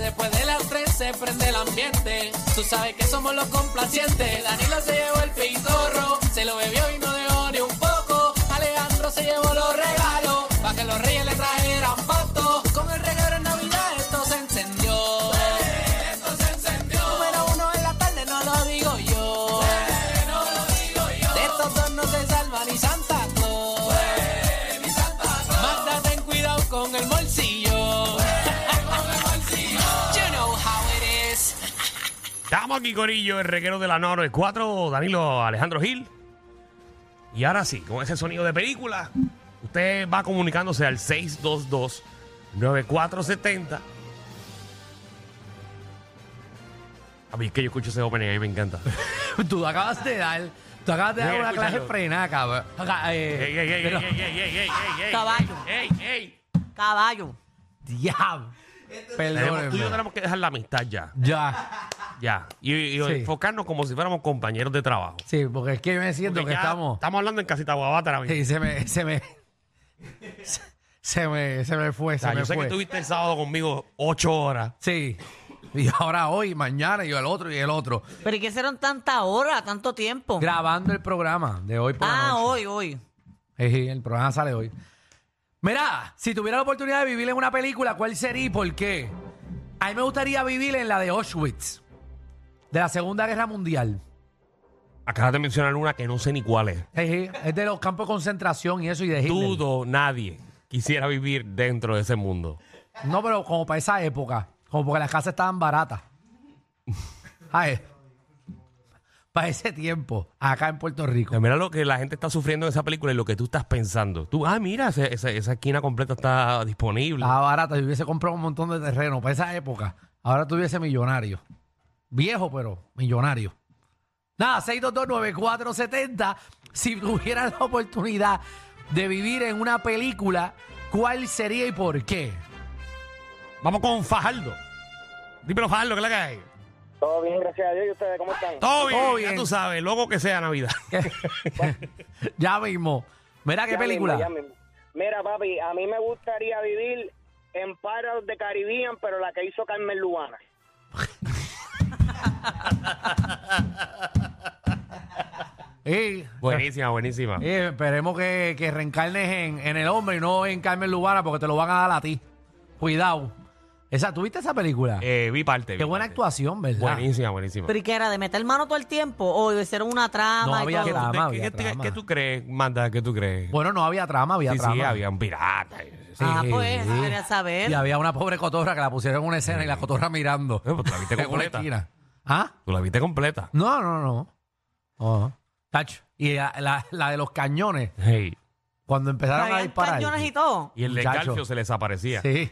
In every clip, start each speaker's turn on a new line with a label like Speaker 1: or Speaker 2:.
Speaker 1: después de las 3 se prende el ambiente. Tú sabes que somos los complacientes. Danilo se llevó el pintorro, se lo bebió y no dejó ni un poco. Alejandro se llevó los regalos, para que los reyes le trajeran fotos. Con el regalo en Navidad esto se encendió. Eh, esto se encendió. Número uno en la tarde no lo digo yo. Eh, no lo digo yo. De estos dos no se salva ni Santa Claus. Eh, ni Santa Claus. Magda, ten cuidado con el bolsillo.
Speaker 2: Estamos aquí, Corillo, el reguero de la 994, Danilo Alejandro Gil. Y ahora sí, con ese sonido de película, usted va comunicándose al 622-9470. A mí es que yo escucho ese opening ahí, me encanta.
Speaker 3: tú acabas de dar, tú acabas de dar
Speaker 2: Mira,
Speaker 3: una clase
Speaker 2: escúchalo.
Speaker 3: frenada, cabrón. Acá, eh,
Speaker 2: ¡Ey, ey, ey,
Speaker 3: pero-
Speaker 2: ey, ey, ey, ey, ey, ey!
Speaker 4: Caballo.
Speaker 2: ¡Ey, ey!
Speaker 4: Caballo.
Speaker 3: Diablo.
Speaker 2: Tenemos, tú y yo
Speaker 3: Perdónenme.
Speaker 2: tenemos que dejar la amistad ya,
Speaker 3: Ya.
Speaker 2: ya. Y, y
Speaker 3: Sí.
Speaker 2: enfocarnos como si fuéramos compañeros de trabajo.
Speaker 3: Sí, porque es que yo me siento
Speaker 2: Porque
Speaker 3: que
Speaker 2: ya
Speaker 3: estamos.
Speaker 2: Estamos hablando en casita guabata ahora mismo.
Speaker 3: Sí, se me, se me. Se me, se me fue,
Speaker 2: O sea,
Speaker 3: se me
Speaker 2: yo sé que
Speaker 3: fue.
Speaker 2: estuviste el sábado conmigo ocho horas.
Speaker 3: Sí. Y ahora hoy, mañana, y el otro, y el otro.
Speaker 4: Pero ¿y qué hicieron tanta hora, tanto tiempo?
Speaker 3: Grabando el programa de hoy por la
Speaker 4: ah,
Speaker 3: noche.
Speaker 4: hoy, hoy.
Speaker 3: Sí, sí, el programa sale hoy. Mira, si tuviera la oportunidad de vivir en una película, ¿cuál sería y por qué? A mí me gustaría vivir en la de Auschwitz, de la Segunda Guerra Mundial.
Speaker 2: Acabas de mencionar una que no sé ni cuál es.
Speaker 3: Sí, sí, es de los campos de concentración y eso y de Hitler.
Speaker 2: Dudo nadie quisiera vivir dentro de ese mundo.
Speaker 3: No, pero como para esa época, como porque las casas estaban baratas. Ay, para ese tiempo, acá en Puerto
Speaker 2: O
Speaker 3: Rico.
Speaker 2: sea, Mira lo que la gente está sufriendo en esa película y lo que tú estás pensando. Tú, ah, mira, ese- esa, esa esquina completa está disponible.
Speaker 3: Estaba barata, yo hubiese comprado un montón de terreno para esa época. Ahora tuviese millonario. Viejo, pero millonario. Nada, 6229470. Si tuvieras la oportunidad de vivir en una película, ¿cuál sería y por qué?
Speaker 2: Vamos con Fajardo. Dímelo, Fajardo, ¿qué es la que hay?
Speaker 5: Todo bien, gracias a Dios. ¿Y ustedes cómo están?
Speaker 2: Todo bien,
Speaker 3: Todo
Speaker 2: ya
Speaker 3: bien.
Speaker 2: tú sabes, luego que sea Navidad.
Speaker 3: ya mismo. Mira qué
Speaker 5: Ya
Speaker 3: película.
Speaker 5: mismo, ya mismo. Mira, papi, a mí me gustaría vivir en Pirates de Caribbean, pero la que hizo Carmen Luana.
Speaker 3: Sí.
Speaker 2: buenísima, buenísima.
Speaker 3: Sí, esperemos que, que reencarnes en, en el hombre y no en Carmen Lubana porque te lo van a dar a ti. Cuidado. Esa, ¿Tuviste esa película?
Speaker 2: Eh, vi parte.
Speaker 3: qué
Speaker 2: vi
Speaker 3: buena
Speaker 2: parte.
Speaker 3: actuación, ¿verdad?
Speaker 2: Buenísima, buenísima.
Speaker 4: ¿Pero y qué era? ¿De meter mano todo el tiempo? ¿O hicieron una trama
Speaker 3: No
Speaker 4: y
Speaker 3: había
Speaker 4: todo?
Speaker 3: trama.
Speaker 2: ¿Qué-
Speaker 3: había
Speaker 2: ¿Qué, qué-
Speaker 3: trama.
Speaker 2: qué tú crees, Manda? ¿Qué tú crees?
Speaker 3: Bueno, no había trama, había
Speaker 2: sí,
Speaker 3: trama.
Speaker 2: sí, había un pirata. y-
Speaker 3: Sí,
Speaker 4: Ah, pues,
Speaker 3: sí.
Speaker 4: eso quería saber.
Speaker 3: Y había una pobre cotorra que la pusieron en una escena y la cotorra mirando.
Speaker 2: Eh, pues, te la viste
Speaker 3: En una
Speaker 2: completa.
Speaker 3: esquina. ¿Ah?
Speaker 2: Tú la viste completa.
Speaker 3: No, no, no. No. Tacho. Y la, la- la de los cañones,
Speaker 2: Hey.
Speaker 3: cuando empezaron a
Speaker 4: Habían
Speaker 3: disparar.
Speaker 4: cañones y todo.
Speaker 2: Y el de
Speaker 3: Muchacho.
Speaker 2: Garfio se les aparecía.
Speaker 3: Sí.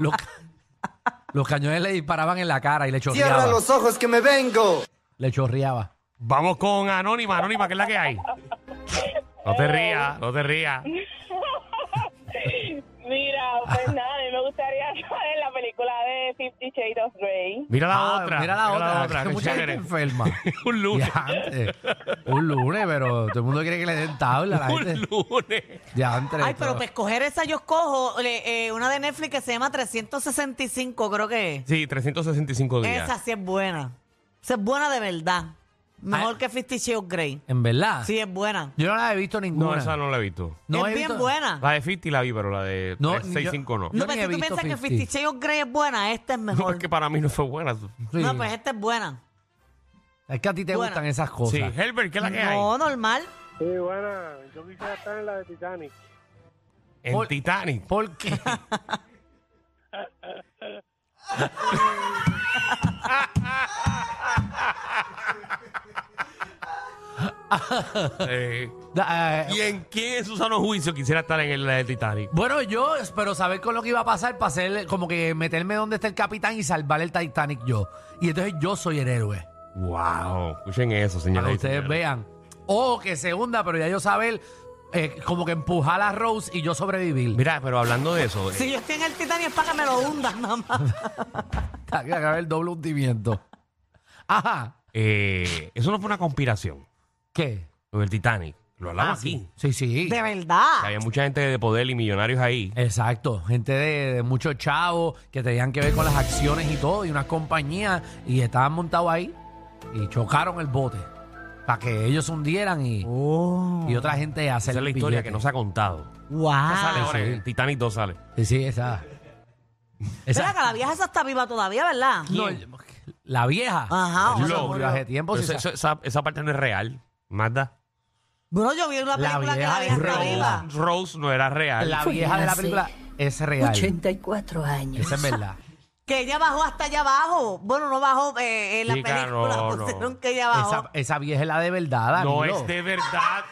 Speaker 3: los, ca- los cañones le disparaban en la cara y le chorreaba.
Speaker 6: ojos que me vengo.
Speaker 3: Le chorreaba.
Speaker 2: Vamos con Anónima, Anónima, que es la que hay. No
Speaker 3: Eh.
Speaker 2: te rías, no te rías.
Speaker 7: Mira, pues nada, a mí me gustaría saber la película de Fifty Shades of Grey.
Speaker 2: Mira la
Speaker 3: Ah,
Speaker 2: otra.
Speaker 3: Mira la otra. que
Speaker 2: qué
Speaker 3: mucha gente
Speaker 2: chévere.
Speaker 3: enferma.
Speaker 2: Un lunes.
Speaker 3: Ya, eh, un lunes, pero todo el mundo quiere que le den tabla a la gente.
Speaker 2: Un lunes.
Speaker 3: Ya, entre
Speaker 4: Ay, pero pues
Speaker 3: todo.
Speaker 4: para escoger esa yo escojo le- eh, una de Netflix que se llama 365, creo que es.
Speaker 2: Sí, 365 días.
Speaker 4: Esa sí es buena. Esa es buena de verdad. Mejor
Speaker 3: Ah,
Speaker 4: que Fifty Shades of Grey.
Speaker 3: En verdad.
Speaker 4: Sí, es buena.
Speaker 3: Yo no la he visto ninguna.
Speaker 2: No, esa no la he visto.
Speaker 4: es
Speaker 3: he
Speaker 4: bien
Speaker 3: visto-
Speaker 4: buena.
Speaker 2: La de 50 la vi, pero la de
Speaker 3: No,
Speaker 2: 365 no.
Speaker 3: yo
Speaker 4: Ah.
Speaker 3: ni
Speaker 4: No, pero
Speaker 3: he
Speaker 4: si tú
Speaker 3: visto
Speaker 4: piensas que
Speaker 3: 50.
Speaker 4: Fifty Shades of Grey es buena, esta es
Speaker 2: No,
Speaker 4: mejor.
Speaker 2: es que para mí no fue buena.
Speaker 3: Sí.
Speaker 4: No, pues esta es buena.
Speaker 3: Es que a ti te
Speaker 4: Buena.
Speaker 3: gustan esas
Speaker 2: Sí,
Speaker 3: cosas.
Speaker 2: Herbert, ¿qué es la que hay?
Speaker 4: No, normal.
Speaker 5: Sí, bueno, yo quisiera estar en la de Titanic.
Speaker 2: En
Speaker 3: Por-
Speaker 2: Titanic.
Speaker 3: ¿Por qué?
Speaker 2: Eh,
Speaker 3: Da- eh,
Speaker 2: ¿Y en quién en su sano juicio quisiera estar en el eh, Titanic?
Speaker 3: bueno, yo espero saber con lo que iba a pasar para hacer, como que meterme donde está el capitán y salvar el Titanic yo. Y entonces yo soy el héroe.
Speaker 2: Wow, escuchen eso,
Speaker 3: Para
Speaker 2: señores.
Speaker 3: que
Speaker 2: y
Speaker 3: ustedes
Speaker 2: señores.
Speaker 3: vean. O que se hunda, pero ya yo saber, eh, como que empujar a Rose y yo sobrevivir.
Speaker 2: Mira, pero hablando de eso, eh,
Speaker 4: Si yo estoy en el Titanic es para que me lo hundan, mamá.
Speaker 3: Mira, que acaba el doble hundimiento. Ajá.
Speaker 2: eh, eso no fue una conspiración,
Speaker 3: ¿Qué? Ah,
Speaker 2: lo del Titanic. Lo hablamos aquí.
Speaker 3: Sí, sí.
Speaker 4: De
Speaker 2: Que
Speaker 4: verdad.
Speaker 2: había mucha gente de poder y millonarios ahí.
Speaker 3: Exacto, gente de, de muchos chavos que tenían que ver con las acciones y todo, y unas compañías, y estaban montados ahí y chocaron el bote para que ellos se hundieran y,
Speaker 4: Oh.
Speaker 3: y otra gente
Speaker 2: Esa
Speaker 3: hacer
Speaker 2: es la
Speaker 3: el
Speaker 2: historia
Speaker 3: billete.
Speaker 2: que no se ha contado.
Speaker 4: Wow.
Speaker 2: sale ahora,
Speaker 3: sí.
Speaker 2: en Titanic 2 sale.
Speaker 3: Sí, sí, esa.
Speaker 4: Espera, que
Speaker 3: esa
Speaker 4: la vieja esa está viva todavía, ¿verdad?
Speaker 3: no, la vieja.
Speaker 4: Ajá, o sea,
Speaker 3: Lo- murió hace tiempo.
Speaker 2: Pero
Speaker 3: sí,
Speaker 2: eso-
Speaker 3: esa-
Speaker 2: eso- esa, esa parte no es real. Magda.
Speaker 4: Bueno, yo vi
Speaker 3: La
Speaker 4: una película que
Speaker 3: vieja
Speaker 4: la vieja
Speaker 3: es
Speaker 4: está
Speaker 3: roja.
Speaker 4: viva.
Speaker 2: Rose no era real.
Speaker 3: la
Speaker 6: Fue
Speaker 3: vieja de la
Speaker 6: hace
Speaker 3: película es real.
Speaker 6: 84 años.
Speaker 3: Esa es verdad.
Speaker 4: Que ella bajó hasta allá abajo. Bueno, no bajó eh, en la
Speaker 2: Chica,
Speaker 4: película.
Speaker 2: no, no.
Speaker 4: pusieron que ella bajó.
Speaker 3: Esa, esa vieja es la de verdad,
Speaker 2: no
Speaker 3: Danilo.
Speaker 2: es de verdad.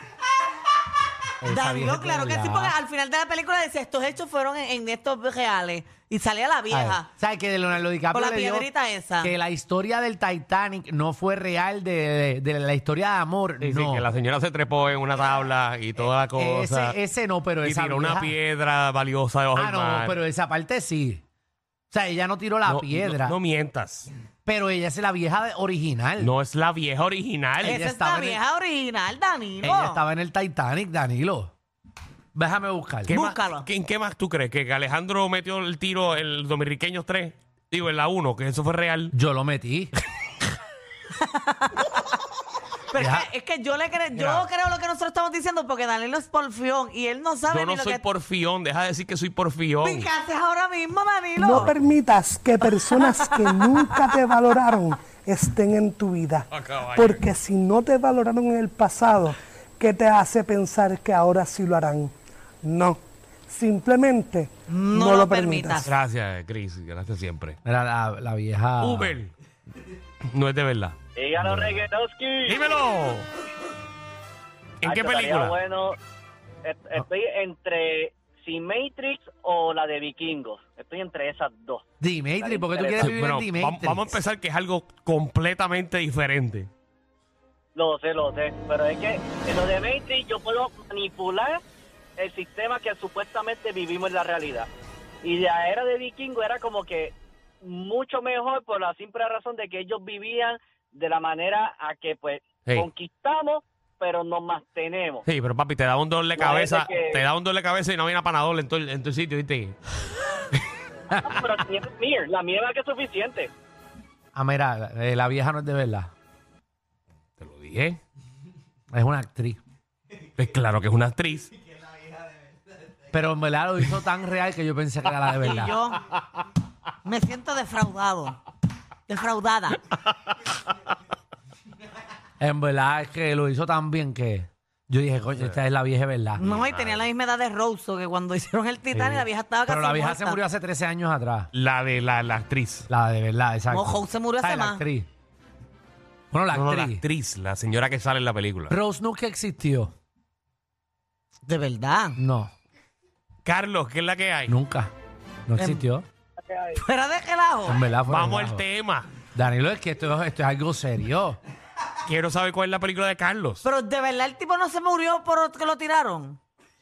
Speaker 3: Esa vieja
Speaker 4: Danilo,
Speaker 3: es de
Speaker 4: claro que sí,
Speaker 3: verdad.
Speaker 4: porque al final de la película dice, estos hechos fueron en, en estos reales. Y salía la vieja.
Speaker 3: Ay, ¿Sabes que de Leonardo DiCaprio
Speaker 4: Con la
Speaker 3: le dio
Speaker 4: piedrita esa.
Speaker 3: Que la historia del Titanic no fue real de, de- de la historia de amor.
Speaker 2: Sí, sí,
Speaker 3: no.
Speaker 2: que la señora se trepó en una tabla y toda la cosa.
Speaker 3: ese, ese no, pero
Speaker 2: y
Speaker 3: esa
Speaker 2: tiró una
Speaker 3: vieja-
Speaker 2: piedra valiosa debajo
Speaker 3: Ah,
Speaker 2: del
Speaker 3: no,
Speaker 2: mar.
Speaker 3: pero esa parte sí. O sea, ella no tiró la
Speaker 2: No,
Speaker 3: piedra,
Speaker 2: No, no mientas.
Speaker 3: pero ella es la vieja de- original.
Speaker 2: No es la vieja original.
Speaker 3: Ella
Speaker 4: Esa es
Speaker 3: estaba
Speaker 4: la
Speaker 3: en el-
Speaker 4: vieja original, Danilo.
Speaker 3: Ella estaba en el Titanic, Danilo. Déjame buscar.
Speaker 2: ¿Qué más-
Speaker 4: búscalo.
Speaker 2: qué- ¿En qué más tú crees? ¿Que Alejandro metió el tiro en los dominicanos 3? Digo, en la 1, que eso fue real.
Speaker 3: Yo lo metí.
Speaker 4: Pero
Speaker 3: Ya.
Speaker 4: es que, es que yo le creo,
Speaker 2: Mira.
Speaker 4: yo creo lo que nosotros estamos diciendo porque Danilo es porfión y él no sabe
Speaker 2: Yo no
Speaker 4: ni lo
Speaker 2: soy
Speaker 4: que
Speaker 2: porfión, deja de decir que soy porfión.
Speaker 4: ¿Qué haces ahora mismo, Danilo.
Speaker 8: No permitas que personas que nunca te valoraron estén en tu vida.
Speaker 2: Ah, caballo.
Speaker 8: Porque si no te valoraron en el pasado, ¿qué te hace pensar que ahora sí lo harán? No. Simplemente
Speaker 4: No
Speaker 8: no,
Speaker 4: lo
Speaker 8: lo permitas.
Speaker 2: Gracias, Chris, gracias siempre.
Speaker 3: Era la, la vieja.
Speaker 2: Uber, no es de verdad.
Speaker 5: Dígalo, Reguetoski.
Speaker 2: ¡Dímelo! ¿En qué película?
Speaker 5: Bueno, est- estoy entre si Matrix o la de Vikingos. Estoy entre esas dos.
Speaker 3: Dimitri, ¿por qué tú quieres
Speaker 5: Sí,
Speaker 3: vivir
Speaker 2: Bueno,
Speaker 3: en
Speaker 2: vam-
Speaker 3: Dimitri?
Speaker 2: vamos, a empezar que es algo completamente diferente.
Speaker 5: Lo sé, lo sé. Pero es que en lo de Matrix yo puedo manipular el sistema que supuestamente vivimos en la realidad. Y la era de vikingo era como que mucho mejor por la simple razón de que ellos vivían de la manera a que pues
Speaker 2: Sí.
Speaker 5: conquistamos, pero nos mantenemos.
Speaker 2: Sí, pero papi, te da un dolor de
Speaker 5: Parece
Speaker 2: cabeza,
Speaker 5: que-
Speaker 2: te da un dolor de cabeza y no viene panadol en todo el- en tu sitio, ¿viste?
Speaker 5: Ah, pero tenía Mir, la mierda que es suficiente.
Speaker 3: Ah, mira, eh, la vieja no es de verdad.
Speaker 2: Te lo dije.
Speaker 3: Es una actriz.
Speaker 2: Es claro que es una actriz.
Speaker 3: Pero en verdad lo hizo tan real que yo pensé que era la de
Speaker 4: Y
Speaker 3: verdad.
Speaker 4: yo me siento defraudado. Defraudada.
Speaker 3: En verdad es que lo hizo tan bien que yo dije, coño, esta es la vieja de verdad.
Speaker 4: No, y tenía la misma edad de Rosso que cuando hicieron el Titanic la vieja estaba casi
Speaker 3: Pero la vieja
Speaker 4: muerta.
Speaker 3: se murió hace 13 años atrás.
Speaker 2: La de la, la actriz.
Speaker 3: La de verdad, exacto.
Speaker 4: No, Hope se murió
Speaker 3: ¿Sabes?
Speaker 4: hace
Speaker 3: la
Speaker 4: más.
Speaker 3: actriz. Bueno, la
Speaker 2: No, no,
Speaker 3: actriz.
Speaker 2: la actriz, la señora que sale en la película.
Speaker 3: Rose nunca existió.
Speaker 4: De verdad.
Speaker 3: No,
Speaker 2: Carlos, ¿qué es la que hay?
Speaker 3: nunca.
Speaker 4: Em,
Speaker 3: No existió.
Speaker 4: Fuera de relajo.
Speaker 3: En verdad fue
Speaker 2: Vamos al
Speaker 3: relajo.
Speaker 2: tema.
Speaker 3: Danilo, es que esto, esto es algo serio.
Speaker 2: Quiero saber cuál es la película de Carlos.
Speaker 4: Pero de verdad el tipo no se murió por que lo tiraron.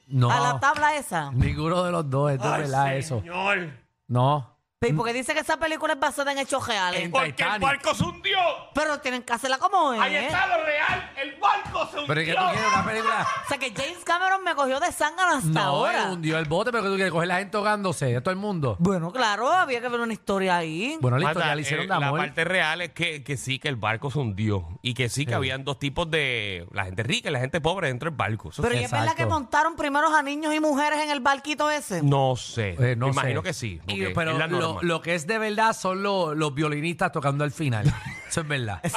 Speaker 3: No.
Speaker 4: A la tabla esa.
Speaker 3: Ninguno de los dos, esto es verdad eso.
Speaker 2: Señor,
Speaker 3: No.
Speaker 4: Sí, Porque dice que esa película es basada en hechos reales.
Speaker 3: En-
Speaker 2: porque el
Speaker 3: Titanic.
Speaker 2: barco se hundió.
Speaker 4: Pero tienen que hacerla como es.
Speaker 2: Ahí está lo real. El barco se hundió.
Speaker 3: Pero es que tú quieres una película.
Speaker 4: O sea que James Cameron me cogió de sangre hasta
Speaker 3: No,
Speaker 4: ahora.
Speaker 3: él hundió el bote, pero que tú quieres coger la gente ahogándose, a todo el mundo.
Speaker 4: Bueno, claro, había que ver una historia ahí.
Speaker 3: Bueno, la historia
Speaker 2: Mata,
Speaker 3: la hicieron
Speaker 2: eh,
Speaker 3: de
Speaker 2: la
Speaker 3: amor.
Speaker 2: parte real es que, que sí, que el barco se hundió. Y que sí, que habían dos tipos de... La gente rica y la gente pobre dentro del barco. Eso
Speaker 4: Pero
Speaker 2: sí.
Speaker 4: ¿y es verdad
Speaker 3: exacto.
Speaker 4: que montaron primero a niños y mujeres en el barquito ese.
Speaker 2: No sé.
Speaker 3: Eh, no
Speaker 2: Me imagino
Speaker 3: sé.
Speaker 2: que sí.
Speaker 3: Y-
Speaker 2: porque
Speaker 3: pero
Speaker 2: es la norma.
Speaker 3: lo, lo que es de verdad son lo- los violinistas tocando al final. Eso es verdad. Eso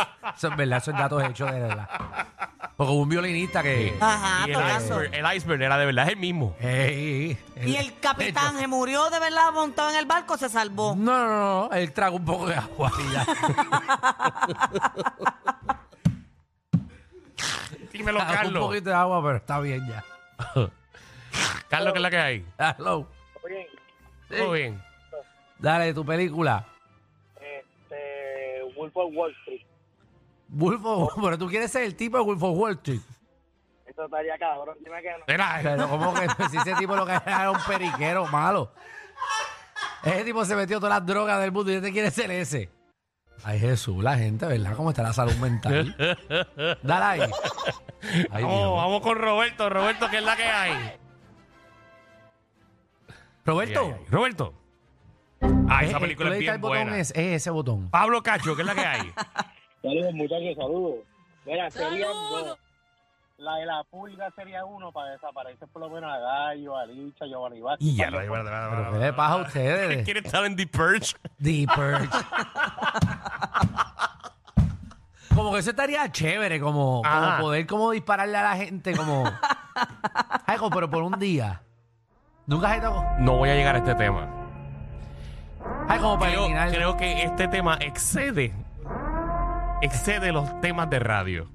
Speaker 3: es verdad. Eso es datos hechos de verdad. Porque hubo un violinista que. Ah.
Speaker 4: Ajá,
Speaker 2: y el
Speaker 4: tocazo.
Speaker 2: iceberg, el iceberg era de verdad el mismo.
Speaker 3: Ey,
Speaker 4: Y el capitán
Speaker 3: de
Speaker 4: se murió de verdad montado en el barco, se
Speaker 3: hecho,
Speaker 4: salvó.
Speaker 3: No, no, no, no, él trago un poco de agua y ya.
Speaker 2: Dímelo,
Speaker 3: Tragó Ah, Un
Speaker 2: Carlos.
Speaker 3: poquito de agua, pero está bien ya.
Speaker 2: Carlos, ¿qué es la que hay?
Speaker 3: Hello.
Speaker 5: Oye,
Speaker 2: Todo bien.
Speaker 3: Dale, tu película.
Speaker 5: este, Wolf of Wall Street.
Speaker 3: Wolf of pero tú quieres ser el tipo de Wolf of Wall Street.
Speaker 5: Eso estaría cabrón. Dime que no.
Speaker 2: Era,
Speaker 3: Pero como que si ese tipo lo que era un periquero malo. Ese tipo se metió todas las drogas del mundo y este quiere ser ese. Ay, Jesús, la gente, ¿verdad? ¿Cómo está la salud mental? Dale ahí. Ay,
Speaker 2: vamos,
Speaker 3: Dios.
Speaker 2: Oh, vamos con Roberto. Roberto, ¿qué es la que hay? Ay,
Speaker 3: Roberto.
Speaker 2: ay, ay. Roberto. Ah, esa
Speaker 3: eh,
Speaker 2: película
Speaker 3: tú
Speaker 2: es
Speaker 3: le diste
Speaker 2: bien
Speaker 3: al botón
Speaker 2: buena.
Speaker 3: Es, es ese botón.
Speaker 2: Pablo Cacho, ¿qué es la que hay?
Speaker 5: Saludos, muchachos, saludos. Mira, serían dos. La de la pulga sería uno para desaparecer por lo menos a Gallo, a Licha, Giovanni Vázquez.
Speaker 2: y ya,
Speaker 5: Pablo-
Speaker 3: Pero ¿qué le pasa a ustedes?
Speaker 2: ¿Quiere estar en The Purge?
Speaker 3: Deeper. Como que eso estaría chévere, como, como
Speaker 2: Ajá.
Speaker 3: poder como dispararle a la gente, como... Ay, como, pero por un día. Nunca has estado...
Speaker 2: No voy a llegar a este tema.
Speaker 3: Ay, como para
Speaker 2: Creo,
Speaker 3: eliminar.
Speaker 2: creo que este tema excede. Excede los temas de radio.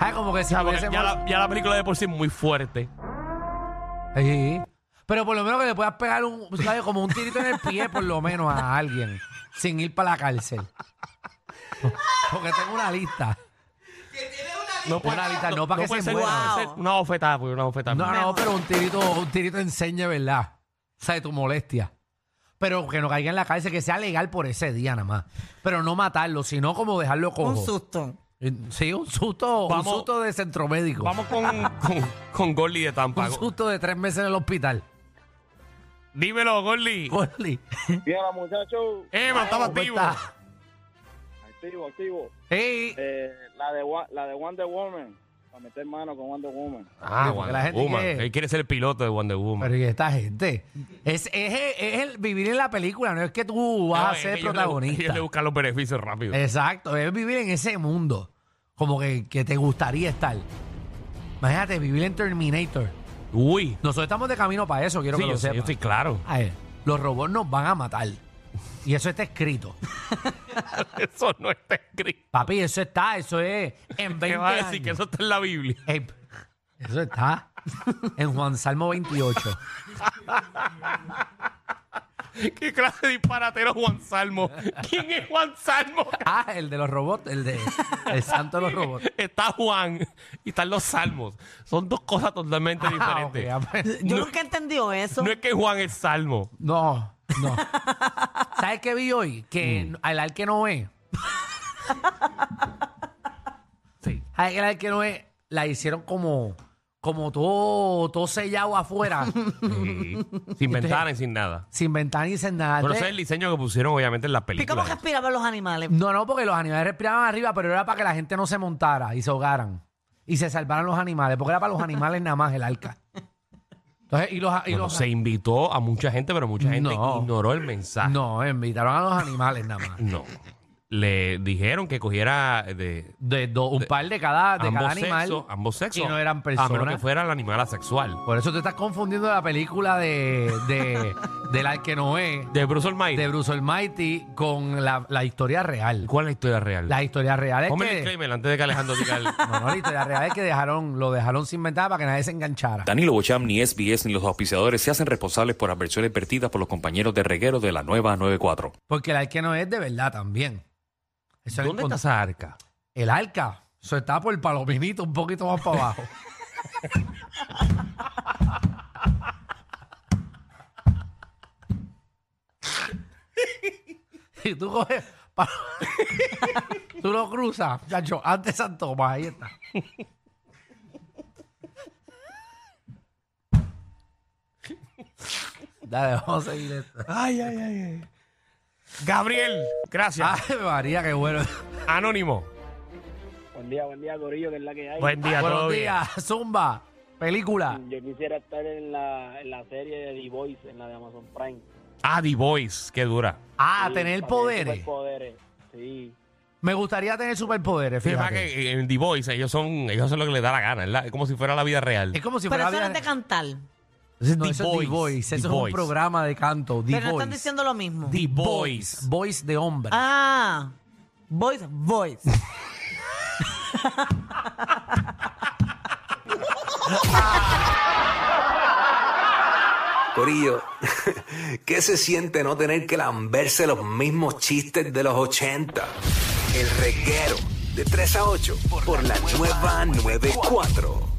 Speaker 3: Ay, como que si
Speaker 2: Ah, porque
Speaker 3: hubiésemos-
Speaker 2: ya, la, ya la película de por sí es muy fuerte.
Speaker 3: Sí. Pero por lo menos que le puedas pegar un, ¿sabes? como un tirito en el pie, por lo menos, a alguien, sin ir para la cárcel. Porque tengo una lista.
Speaker 2: No
Speaker 3: Una lista, no, para que
Speaker 2: puede
Speaker 3: se
Speaker 2: ser-
Speaker 3: muera.
Speaker 2: puede ser Una bofetada, pues, una bofetada.
Speaker 3: No, no, pero un tirito, un tirito enseña, ¿verdad? O sea, de tu molestia. Pero que no caiga en la cárcel, que sea legal por ese día nada más. Pero no matarlo, sino como dejarlo cojo. Eh,
Speaker 4: Un susto.
Speaker 3: Sí, un susto,
Speaker 2: Vamos-
Speaker 3: un susto de centro médico.
Speaker 2: Vamos con, con, con Gordy de Tampa.
Speaker 3: Un susto de tres meses en el hospital.
Speaker 2: Dímelo, Gordy.
Speaker 3: Gordy.
Speaker 5: Mira, muchachos.
Speaker 2: Emma, estaba
Speaker 3: ¿cómo
Speaker 2: activo.
Speaker 3: estás?
Speaker 5: Activo, activo.
Speaker 3: Ey.
Speaker 5: Eh, la, de, Wa- la de Wonder Woman. Para meter mano con Wonder Woman.
Speaker 2: Ah,
Speaker 3: Porque
Speaker 2: Wonder
Speaker 3: la gente
Speaker 2: Woman.
Speaker 3: quiere-
Speaker 2: Él quiere ser el piloto de Wonder Woman.
Speaker 3: Pero y esta gente. Es, es, el- es el vivir en la película, no es que tú vas
Speaker 2: No,
Speaker 3: a
Speaker 2: es
Speaker 3: ser
Speaker 2: que ellos le-
Speaker 3: protagonista. Eh,
Speaker 2: Ellos le buscan los beneficios rápido.
Speaker 3: Exacto, es vivir en ese mundo. Como que, que te gustaría estar. Imagínate, vivir en Terminator.
Speaker 2: Uy.
Speaker 3: Nosotros estamos de camino para eso, quiero
Speaker 2: Sí,
Speaker 3: que
Speaker 2: yo,
Speaker 3: lo
Speaker 2: sé, yo
Speaker 3: sepas.
Speaker 2: estoy claro.
Speaker 3: A ver, los robots nos van a matar. Y eso está escrito.
Speaker 2: Eso no está escrito.
Speaker 3: Papi, eso está, eso es en 20
Speaker 2: ¿Qué vas a decir? Que
Speaker 3: años.
Speaker 2: eso está en la Biblia.
Speaker 3: Ey, eso está en Juan Salmo 28.
Speaker 2: ¿Qué clase de disparatero es Juan Salmo? ¿Quién es Juan Salmo?
Speaker 3: Ah, el de los robots, el de el santo de los robots.
Speaker 2: Está Juan y están los salmos. Son dos cosas totalmente
Speaker 3: Ah, pues,
Speaker 2: diferentes.
Speaker 3: ok, ah, pues,
Speaker 4: Yo nunca entendí eso.
Speaker 2: No es que Juan es salmo.
Speaker 3: No, no. ¿Sabes qué vi hoy? Que
Speaker 2: Mm.
Speaker 3: n- al al que no ve. sí. Al que- al que no ve, la hicieron como, como todo, todo sellado afuera, Este,
Speaker 2: Sin ventanas, sin nada.
Speaker 3: sin ventana y sin nada.
Speaker 2: Pero ese es
Speaker 3: Entonces,
Speaker 2: el diseño que pusieron, obviamente, en la
Speaker 4: ¿Y cómo
Speaker 2: película.
Speaker 4: respiraban los animales?
Speaker 3: No, no, porque los animales respiraban arriba, pero era para que la gente no se montara y se ahogaran y se salvaran los animales, porque era para los animales nada más el arca. Entonces, y los, y
Speaker 2: Bueno,
Speaker 3: los-
Speaker 2: se invitó a mucha gente, pero mucha gente
Speaker 3: No.
Speaker 2: ignoró el mensaje.
Speaker 3: No, invitaron a los animales nada más.
Speaker 2: No. Le dijeron que cogiera de
Speaker 3: De do- un par de cada, de cada
Speaker 2: ambos
Speaker 3: animal.
Speaker 2: sexos, ambos sexos.
Speaker 3: Y no eran
Speaker 2: A menos
Speaker 3: personas.
Speaker 2: que fuera la animal asexual.
Speaker 3: Por eso te estás confundiendo la película de, de, de la que no es,
Speaker 2: De Bruce Almighty.
Speaker 3: de Bruce Almighty, con la, la historia real.
Speaker 2: ¿Cuál es la historia real?
Speaker 3: La historia real es
Speaker 2: Ponme el
Speaker 3: que...
Speaker 2: disclaimer antes de que Alejandro diga el-
Speaker 3: No, no, la historia real es que dejaron, lo dejaron sin ventana para que nadie se enganchara.
Speaker 6: Danilo Bocham, ni SBS, ni los auspiciadores se hacen responsables por adversiones vertidas por los compañeros de reguero de la nueva 94.
Speaker 3: Porque el arca no es de verdad también. Eso
Speaker 2: ¿Dónde
Speaker 3: encont-
Speaker 2: está esa arca?
Speaker 3: El arca. Eso está por el palominito, un poquito más para abajo. y tú coges. pa- tú lo cruzas, chacho, antes de San Tomás, ahí está. Dale, vamos a seguir esto.
Speaker 2: Ay, ay, ay, Gabriel, gracias.
Speaker 3: Ay, María, qué bueno.
Speaker 2: Ah, Anónimo.
Speaker 5: Buen día, buen día, Gorillo, que es la que hay.
Speaker 2: Buen día,
Speaker 3: Buenos
Speaker 2: todo
Speaker 3: días, Zumba, película.
Speaker 5: Yo quisiera estar en la, en la serie de The Voice, en la de Amazon Prime.
Speaker 2: bien. Ah, The Voice, qué dura.
Speaker 3: Ah, tener
Speaker 5: Sí, para tener
Speaker 3: poderes.
Speaker 5: superpoderes, Sí.
Speaker 9: Me gustaría tener superpoderes,
Speaker 2: Sí, es
Speaker 9: fíjate.
Speaker 2: verdad que en The Voice ellos son, ellos son lo que les da la gana, ¿verdad? Es como si fuera la vida real.
Speaker 9: Es como si fuera
Speaker 4: Pero eso no
Speaker 9: vida-
Speaker 4: es de cantar.
Speaker 9: Ese es
Speaker 2: The
Speaker 9: The eso
Speaker 2: Voice,
Speaker 9: Es The Voice.
Speaker 2: The
Speaker 9: Eso es
Speaker 2: Voice.
Speaker 9: un programa de canto. The
Speaker 4: Pero no están
Speaker 9: Voice.
Speaker 4: diciendo lo mismo.
Speaker 9: The
Speaker 2: Voice.
Speaker 9: Voice. Voice de hombre.
Speaker 4: Ah, voice, voice.
Speaker 3: Corillo, ¿qué se siente no tener que lamberse los mismos chistes de los 80? El reguero de 3 a 8 por la nueva 94.